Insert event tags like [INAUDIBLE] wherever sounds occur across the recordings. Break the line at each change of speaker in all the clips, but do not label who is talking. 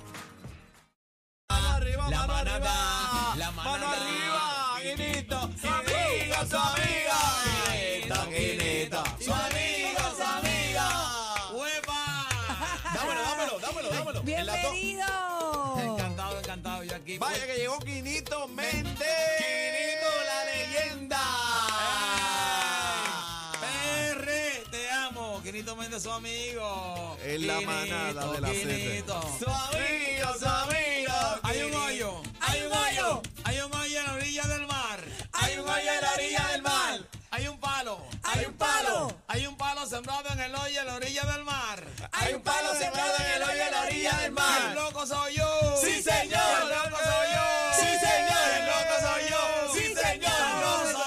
La manada, la mano arriba, Guinito, su amigo, su amiga, Guinito, Guinito, su amigo, su amiga, ¡Huepa! Dámelo, dámelo, dámelo, dámelo. En la to-
Bienvenido.
Encantado, encantado. Yo aquí.
Vaya que llegó Quinito Mente.
Quinito, la leyenda.
Ah.
PR, te amo. Quinito Méndez, su amigo.
En la
Quinito,
manada de la
Quinito.
Su amigo, su amigo.
Hay un hoyo.
Hay un hoyo.
Hay un hoyo en la orilla del mar.
Hay un hoyo en la orilla del mar.
Hay un palo.
Hay un palo.
Hay un palo sembrado en el hoyo en la orilla del mar.
Hay un palo sembrado en el hoyo en la orilla del mar.
El loco soy yo.
Sí, señor.
El loco soy yo.
Sí, señor. El loco soy yo.
Sí, señor.
El loco soy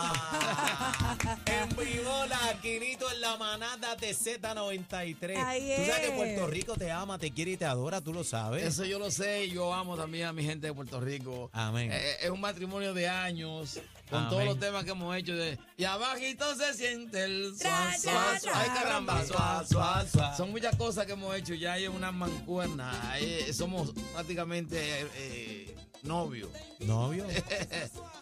yo. En vivo, la Quinito en la manada de Z93.
Ahí
Tú sabes
es.
que Puerto Rico te ama, te quiere y te adora, tú lo sabes.
Eso yo lo sé, y yo amo también a mi gente de Puerto Rico.
Amén.
Eh, es un matrimonio de años, con
Amén.
todos los temas que hemos hecho. De, y abajito se siente el
Tra,
suá, suá,
tra,
suá.
tra.
Ay, caramba, suá, suá.
suá, suá.
Son muchas cosas que hemos hecho, ya hay una mancuerna. eh, somos prácticamente eh, eh, novios. [LAUGHS]
Novio.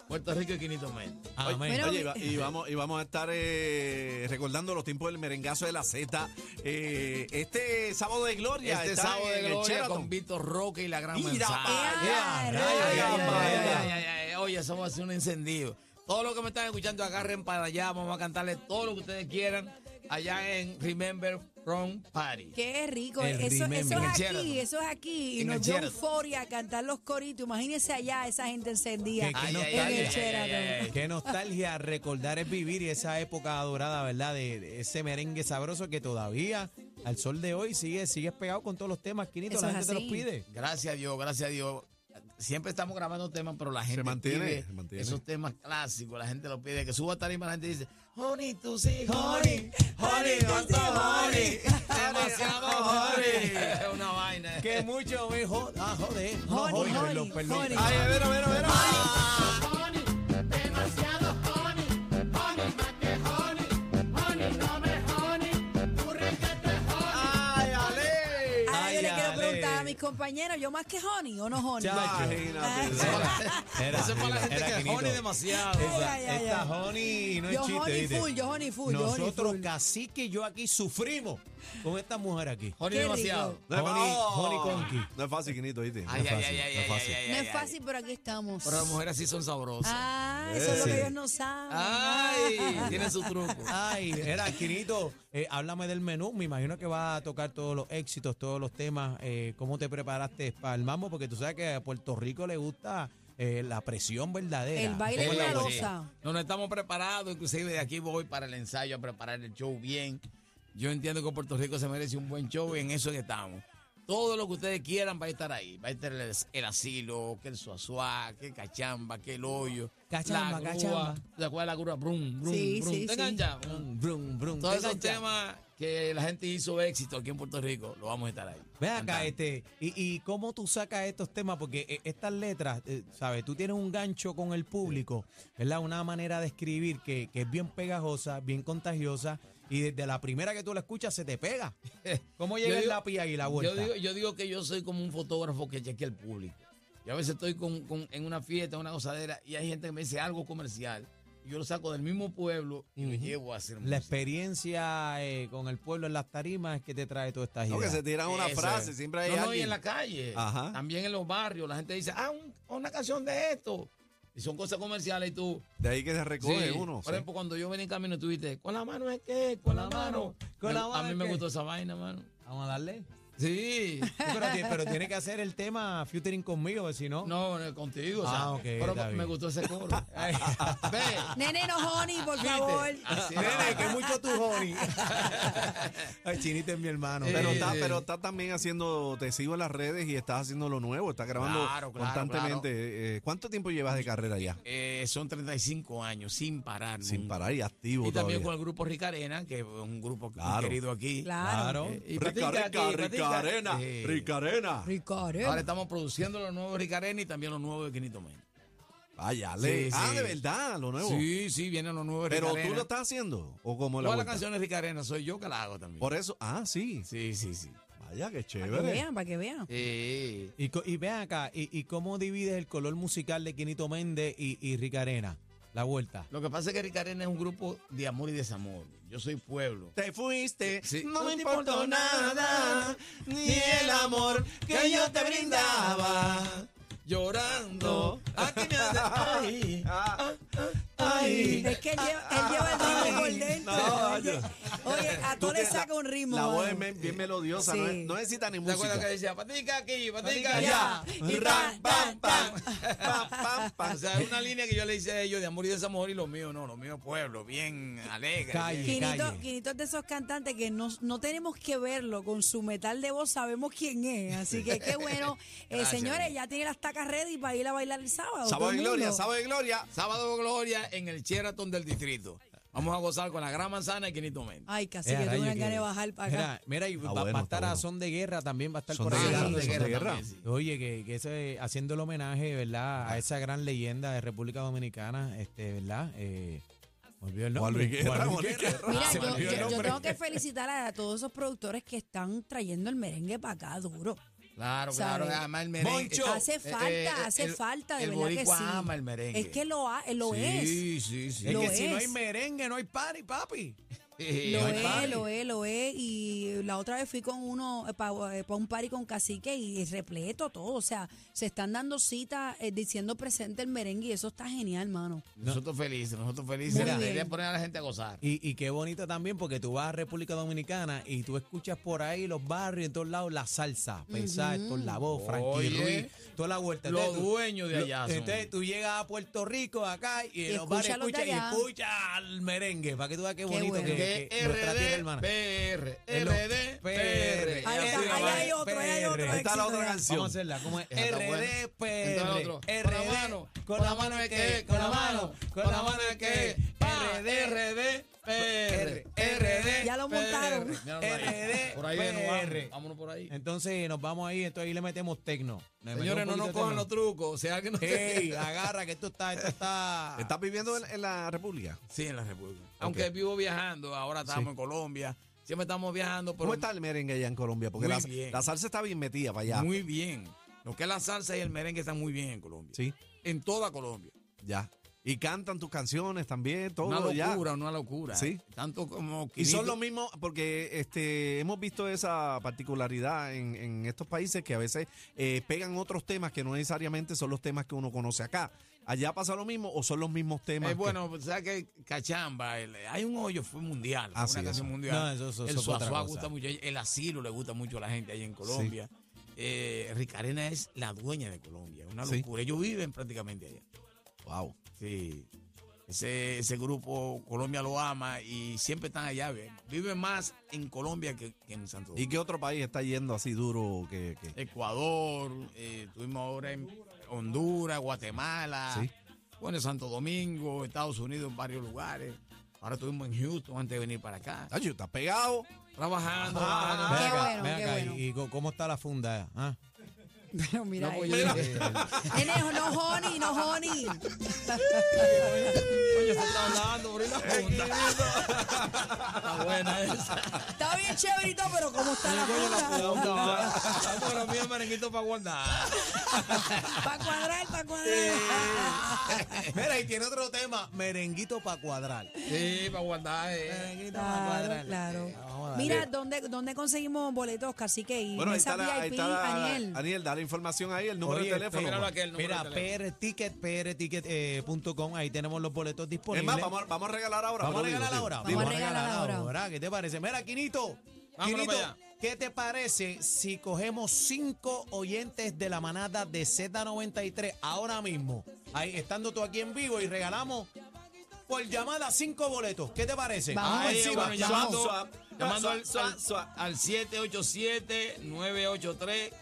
Puerto Rico y Quinito Méndez.
Ah, Amén.
Bueno,
Oye, y va- y vamos, y vamos a estar eh, recordando los tiempos del merengazo de la Z. eh, este sábado de gloria.
Este
está
sábado
en
de
el
gloria
Sheraton.
con Víctor Roque y la gran
Mira
manzana.
pa'
Yeah. Ay,
allá,
ay, ay,
caramba.
ay, ay, ay, ay, ay. Oye, eso va a ser un encendido. Todos los que me están escuchando, agarren para allá. Vamos a cantarle todo lo que ustedes quieran allá en Remember From Party.
Qué rico.
El
Eso, eso
remember. En el
es
Sheraton.
aquí, eso es aquí. Y
En
nos
el
dio
Sheraton.
euforia cantar los coritos. Imagínense allá esa gente encendida.
Qué- qué
en
nostalgia.
el Sheraton.
Qué nostalgia recordar es vivir y esa época dorada, ¿verdad? De de ese merengue sabroso que todavía al sol de hoy sigue, sigue pegado con todos los temas, Quinito.
Eso
La
es
gente te los
así.
pide.
Gracias a Dios, gracias a Dios. Siempre estamos grabando temas, pero la gente
mantiene,
pide
se mantiene.
esos temas clásicos. La gente lo pide. Que suba tarima, la gente dice, honey, tú sí, honey, honey, cuánto honey,
[LAUGHS]
demasiado honey. Es una vaina.
Que mucho me joda, ah, joder. No,
Honey,
joder,
honey,
perdón, perdón.
honey.
Ay, a ver, a ver, a ver. Ay, ale.
Ahora Ah, yo le quiero
ale.
preguntar a mis compañeros, ¿yo más que honey o no honey?
Chacho.
Imagínate.
Era,
Eso es para la
era,
gente
era
que
Quinito.
honey demasiado.
Esa- Ay, ay, ay.
Esta honey no es
Yo
chiste,
honey
¿viste?
full, yo honey full, yo honey
Nosotros,
full.
casi que yo aquí sufrimos con esta mujer aquí.
Honey
Qué
demasiado.
rico.
No es
Honey, honey conky.
No es fácil, Quinito, ¿viste? No
Ay,
es
ay,
fácil,
ay, ay,
no es
ay,
fácil.
ay, ay,
No es
ay.
fácil, pero aquí estamos.
Pero las mujeres sí son sabrosas.
Ah, eso es lo
Sí.
que ellos no saben.
Ay, tiene su truco.
Ay, era Quinito, eh, háblame del menú. Me imagino que va a tocar todos los éxitos, todos los temas. Eh, ¿Cómo te preparaste para el mambo? Porque tú sabes que a Puerto Rico le gusta eh, la presión verdadera.
El baile
¿Cómo
es
la
una
voz?
cosa. goza.
No, no estamos preparados. Inclusive de aquí voy para el ensayo a preparar el show bien. Yo entiendo que Puerto Rico se merece un buen show y en eso que estamos. Todo lo que ustedes quieran va a estar ahí. Va a estar el, el asilo, que el suazuá, que el cachamba, que el hoyo.
Cachamba,
la grúa.
cachamba.
¿Te acuerdas de la grúa? Brum, brum,
Sí,
brum.
sí,
¿Te
sí.
enganchas?
Brum, brum, brum.
Todos
Tengo
esos
ya.
temas que la gente hizo éxito aquí en Puerto Rico, lo vamos a estar ahí.
Ve acá,
Cantando.
este, y, y cómo tú sacas estos temas, porque eh, estas letras, eh, ¿sabes? Tú tienes un gancho con el público, ¿verdad? Una manera de escribir que, que es bien pegajosa, bien contagiosa, y desde la primera que tú la escuchas se
[LAUGHS]
te pega. ¿Cómo
Yo
llega el
digo-
lápiz ahí la vuelta?
Yo digo, yo digo que yo soy como un fotógrafo que chequea el público. Yo a veces estoy con- con- en una fiesta, una gozadera, y hay gente que me dice algo comercial. y Yo lo saco del mismo pueblo y lo
Ujú.
llevo a hacer
la
música.
experiencia eh, con el pueblo en las tarimas es que te trae todas estas
No, que
ideas.
se tiran una
Eso
frase,
es.
siempre hay
no, no, y
alguien.
en la calle.
Ajá.
También en los barrios. La gente dice, ah, un- una canción de esto. Y son cosas comerciales y tú.
De ahí que se recoge
Sí.
uno.
Por
sí.
ejemplo, cuando yo venía en camino, tú dijiste, con la mano es que, con la mano.
Con la
Me-
mano
a mí
es
me
que.
gustó esa vaina, mano.
Vamos a darle.
Sí.
Pero, ti- pero tiene que hacer el tema featuring conmigo, porque si no.
No, no, contigo. o sea,
Ah, ok,
pero
está
me
bien.
gustó ese [LAUGHS] coro. Ay, Ve.
Ah. Nene, no, honey, por
¿Viste?
favor.
Así es.
Nene, que mucho tu
[LAUGHS]
honey. Ay, chinita es mi hermano.
Pero
Eh,
está,
eh.
pero está también haciendo, te sigo en las redes y estás haciendo lo nuevo, estás grabando
Claro, claro,
constantemente. Eh, ¿Cuánto tiempo llevas de carrera ya?
Eh, son 35 años sin parar.
Sin
nunca.
parar y activo
Mm. Y también con
todavía.
el grupo Ricarena, que es un grupo que-
Claro.
querido aquí.
Claro.
Eh, y
Rica,
practica
rica,
aquí, practica.
rica arena,
Sí.
rica arena.
Ricardo.
Ahora estamos produciendo los nuevos Ricarena y también los nuevos de Quinito Men.
Vaya, le-
Sí,
Ah,
sí.
de verdad, lo nuevo.
Sí, sí, vienen los nuevos
Pero
Ricarena.
tú lo estás haciendo o como la
Todas las
vuelta?
canciones Ricarena soy yo que las hago también.
Por eso, ah, sí.
Sí, sí, sí.
Vaya, qué
Para que
chévere.
vean, para que vean.
Eh,
Y, co- y ven acá, y, y cómo divides el color musical de Quinito Méndez y, y Ricarena? La vuelta.
Lo que pasa es que Ricarena es un grupo de amor y desamor. Yo soy pueblo.
Te fuiste,
Sí.
no me importó nada, ni el amor que yo te brindaba.
Llorando, aquí me
[LAUGHS]
hace ay,
Ah,
ay.
Es que él lleva, él lleva el ritmo por dentro.
no,
Él lle- Oye, a
Tú
todos le
te- la-
saca un ritmo.
La voz
mano.
es bien, bien melodiosa,
Sí.
no, es- no necesita ni
¿Te acuerdas que
música.
decía, patica aquí, patica
Patica
allá?
allá.
Y ram, pam, pam, [LAUGHS] pam, pam, pam.
O sea, es una línea que yo le hice a ellos de amor y desamor y lo mío no, lo mío es pueblo, bien alegre.
Calle.
bien-
Quinito,
calle.
Quinito es de esos cantantes que no, no tenemos que verlo con su metal de voz, sabemos quién es. Así que qué bueno.
[LAUGHS]
Eh,
Gracias,
señores,
amigo.
ya tiene las tacas ready para ir a bailar el sábado.
Sábado
todo
de
el
gloria,
mundo.
sábado de gloria.
Sábado Gloria en el Sheraton del distrito. Vamos a gozar con la gran manzana y Quinito
Ah,
Méndez.
Ay, casi
Eh,
que
rayo,
tengo
que-
ganas de bajar para acá.
Mira, mira, y va,
bueno,
va a
está
estar a
bueno.
Son de Guerra también, va a estar
Son
por
de
ahí.
guerra,
dando
son
eso.
de guerra.
Ah, también, sí.
Oye, que, que ese, haciendo el homenaje, ¿verdad? A esa gran leyenda de República Dominicana, este, ¿verdad? Eh, me olvidé el
Juan
nombre.
Luis Guerra,
Juan Luis
Juan Luis
Guerra.
Guerra.
Mira,
Se me
yo,
olvidó el
yo- yo
nombre.
tengo que felicitar a todos esos productores que están trayendo el merengue para acá duro.
Claro,
¿Sabe?
claro, además el merengue.
Moncho.
Hace falta,
Eh, eh,
hace
el-
falta, de
el
verdad que sí.
boricua ama el merengue.
Es que lo, ha- lo es.
Sí, sí, sí.
Es
Lo
que si no
es.
hay merengue, no hay party, papi.
Sí,
Lo
no hay
es,
party.
lo es, lo es. Y la otra vez fui con uno eh, para un party con cacique y repleto todo. O sea, se están dando citas eh, diciendo presente el merengue y eso está genial, mano.
Nosotros felices, nosotros
Muy
felices. La idea
bien.
es poner a la gente a gozar.
Y, y qué bonito también porque tú vas a República Dominicana y tú escuchas por ahí los barrios en todos lados la salsa, pensar con la voz, Frankie
Oye.
Ruiz, toda la vuelta.
Los
Entonces tú-
dueños de
lo-
allá son.
Entonces tú llegas a Puerto Rico acá y, en los
escucha
barrios
los de
escuchas y
allá.
escucha al merengue para que tú veas qué bonito
bueno.
Que
que, que nuestra tierra
RD,
hermana.
PR,
Es lo-
RD,
PR.
PR.
Ahí
Ya
está,
tú
ahí
vas,
hay otro, ahí hay
PR.
otro
Ahí
está la
éxito
otra
ya.
canción.
Vamos a hacerla, ¿cómo es?
Esa está buena.
RD,
Entonces
PR,
otro.
RD,
Con la mano,
con la mano
es
que, con la mano, con la mano es que, RD,
RD, PR,
RD,
RD.
Ya lo montaron.
Míralo ahí.
RD,
Por ahí nos vamos.
PR.
Vámonos por ahí.
Entonces nos vamos ahí, entonces ahí le metemos tecno. Le
Señores,
metemos
no
un
nos
poquito
cojan
de
los trucos. Si alguien no
tecno. Ey, agarra que esto está,
[LAUGHS]
esto está.
¿Estás viviendo en, en la República?
Sí, en la República. Aunque vivo viajando, ahora estamos en Colombia. Siempre estamos viajando. Pero
¿Cómo está el merengue allá en Colombia? Porque
Muy
la,
bien.
la salsa está bien metida para allá.
Muy bien. Lo que es la salsa y el merengue están muy bien en Colombia.
Sí,
En toda Colombia.
ya. Y cantan tus canciones también, todo
una
ya.
locura, una locura.
Sí.
Tanto como
Y son
Quinito-
los mismos, porque este hemos visto esa particularidad en, en estos países que a veces eh, pegan otros temas que no necesariamente son los temas que uno conoce acá. ¿Allá pasa lo mismo o son los mismos temas?
Eh,
que-
bueno, ¿sabes que Cachamba, el- eh, hay un hoyo, fue mundial, fue
Ah,
una
sí,
canción
eso.
mundial.
No, eso- eso-
el
eso fue otra
Suazua
cosa.
gusta mucho, el asilo le gusta mucho a la gente ahí en Colombia. Eh, Ricarena es la dueña de Colombia, una
Sí.
locura. Ellos viven prácticamente allá.
wow.
Sí. Ese, ese grupo Colombia lo ama y siempre están allá. ve. Viven más en Colombia que, que en
¿Y
Santo Domingo.
qué otro país está yendo así duro que, que-
Ecuador, eh, tuvimos ahora en Honduras, Guatemala,
Sí.
bueno, Santo Domingo, Estados Unidos, en varios lugares. Ahora estuvimos en Houston antes de venir para acá.
Ay, está pegado.
Trabajando.
Ven
trabajando.
qué
acá,
bueno,
ven
qué
acá,
bueno.
y, y co- cómo está la funda. Ah,
[LAUGHS] Pero mira,
No,
ahí.
pues, yo dije,
Nene, no, honey, no,
[LAUGHS]
honey.
Coño, se estaban lavando por ahí la punta. Está buena esa.
Está bien chéverito, pero ¿cómo está la punta? [LAUGHS]
Bueno, mira, ah, merenguito para guardar.
Para cuadrar, para
Eh,
cuadrar.
Mira, y tiene otro tema, merenguito para cuadrar.
Sí, para guardar. eh.
Merenguito pa'
Claro,
cuadrar. Eh,
claro.
Ah, Vamos a darle.
Mira, ¿dónde, ¿dónde conseguimos boletos, cacique? Y
Bueno, ahí
mesa
está, la, ahí
VIP,
está la-
Aniel.
Aniel, da la información ahí, el número
Oye,
de teléfono.
míralo aquí, el número
Mira,
de teléfono.
prticket, prticket.com, eh, ahí tenemos los boletos
Es
disponibles.
más, vamos, a- vamos a regalar ahora.
Vamos a
rápido,
regalar
sí.
ahora.
Vamos a regalar ahora.
¿Qué te parece? Mira, Quinito.
Vámonos
Quinito,
para allá.
¿Qué te parece si cogemos cinco oyentes de la manada de Z93 ahora mismo? Ahí, estando tú aquí en vivo y regalamos por llamada cinco boletos. ¿Qué te parece?
Ah,
Vamos.
Por
Ahí,
encima.
bueno, llamando,
Swap, swap.
llamando al,
Swap,
al-
swap.
al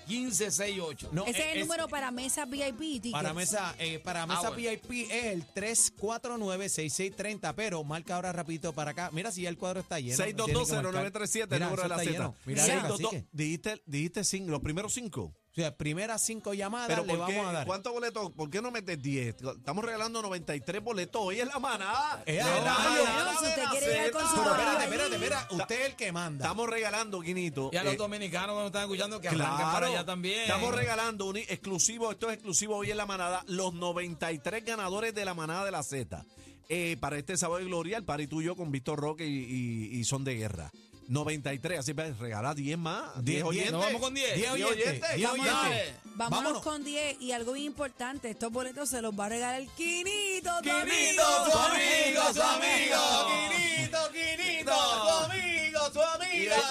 787-983-1568.
No,
Ese es el
es-
número para mesa VIP. tickets.
Para mesa, eh, para mesa
bueno.
VIP es el 349-6630, pero marca ahora rapidito para acá. Mira si ya el cuadro está lleno.
6220937, el número de la Z.
Mira,
Mira,
eso, cacique.
622, dijiste, dijiste cinco, los primeros cinco.
O sea, primeras cinco llamadas
Pero
le
¿por qué?
vamos a dar.
¿Cuántos boletos? ¿Por qué no metes 10? Estamos regalando 93 boletos. Hoy es la manada.
¡Eh,
La
rayos!
manada
Si
de
usted
la
quiere llegar
Zeta.
con su
Pero
Ay.
espérate, espérate, espérate. Usted es el que manda.
Estamos regalando, Guinito.
Y a los
eh,
dominicanos que nos están escuchando que arranquen
Claro,
para allá también.
Estamos regalando un exclusivo, esto es exclusivo hoy en la manada, los 93 ganadores de la manada de la Z. Eh, para este sábado de gloria, el pari tuyo con Víctor Roque y, y- y son de guerra. 93, así que regala 10 más. 10 oyentes.
nos vamos con 10.
10 oyentes.
diez
Vamos,
oyentes.
dale.
Vámonos,
Vámonos.
con 10 y algo bien importante, estos boletos se los va a regalar el Quinito, tu
Quinito, tu amigo, tu amigo.
Quinito, Quinito, tu amigo, tu
Y es,
amiga.
es-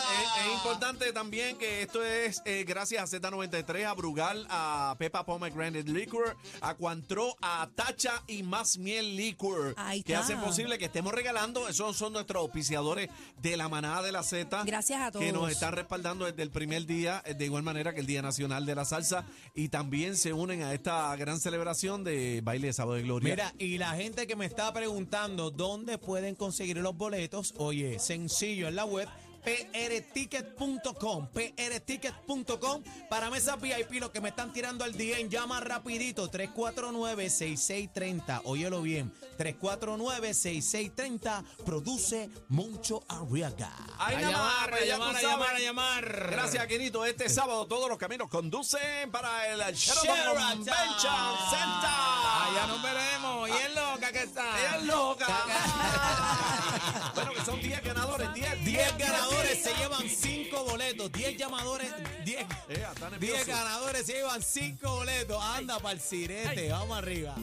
es importante también que esto es eh, gracias a Z93, a Brugal, a Pepa Pomegranate Liquor, a Cuantro, a Tacha y Más Miel Liquor.
Ahí
que
está.
hacen posible que estemos regalando. Esos son nuestros auspiciadores de la manada de la Z.
Gracias a
Que nos
todos.
están respaldando desde el primer día, eh, de igual manera que el Día Nacional de la Salsa. Y también se unen a esta gran celebración de Baile de Sábado de Gloria.
Mira, y la gente que me está preguntando dónde pueden conseguir los boletos, oye, sencillo en la web prticket.com, prticket.com para mesas VIP, los que me están tirando al día en llama rapidito 349-6630, óyelo bien, 349-6630, produce Moncho Arriaga.
Ahí
A
nada más,
llamar, a
ya tú
llamar, a
sabes.
llamar, a llamar.
Gracias, Quinito. Este sábado todos los caminos conducen para el Sheraton
Sheraton.
Convention Center.
Allá nos veremos. Y es loca que está.
¡Ella es loca! bueno, que son 10 ganadores, 10,
10 ganadores se llevan 5 boletos, 10 llamadores, 10
Eh, está nervioso.
10 ganadores se llevan 5 boletos, anda para el sirete, vamos arriba.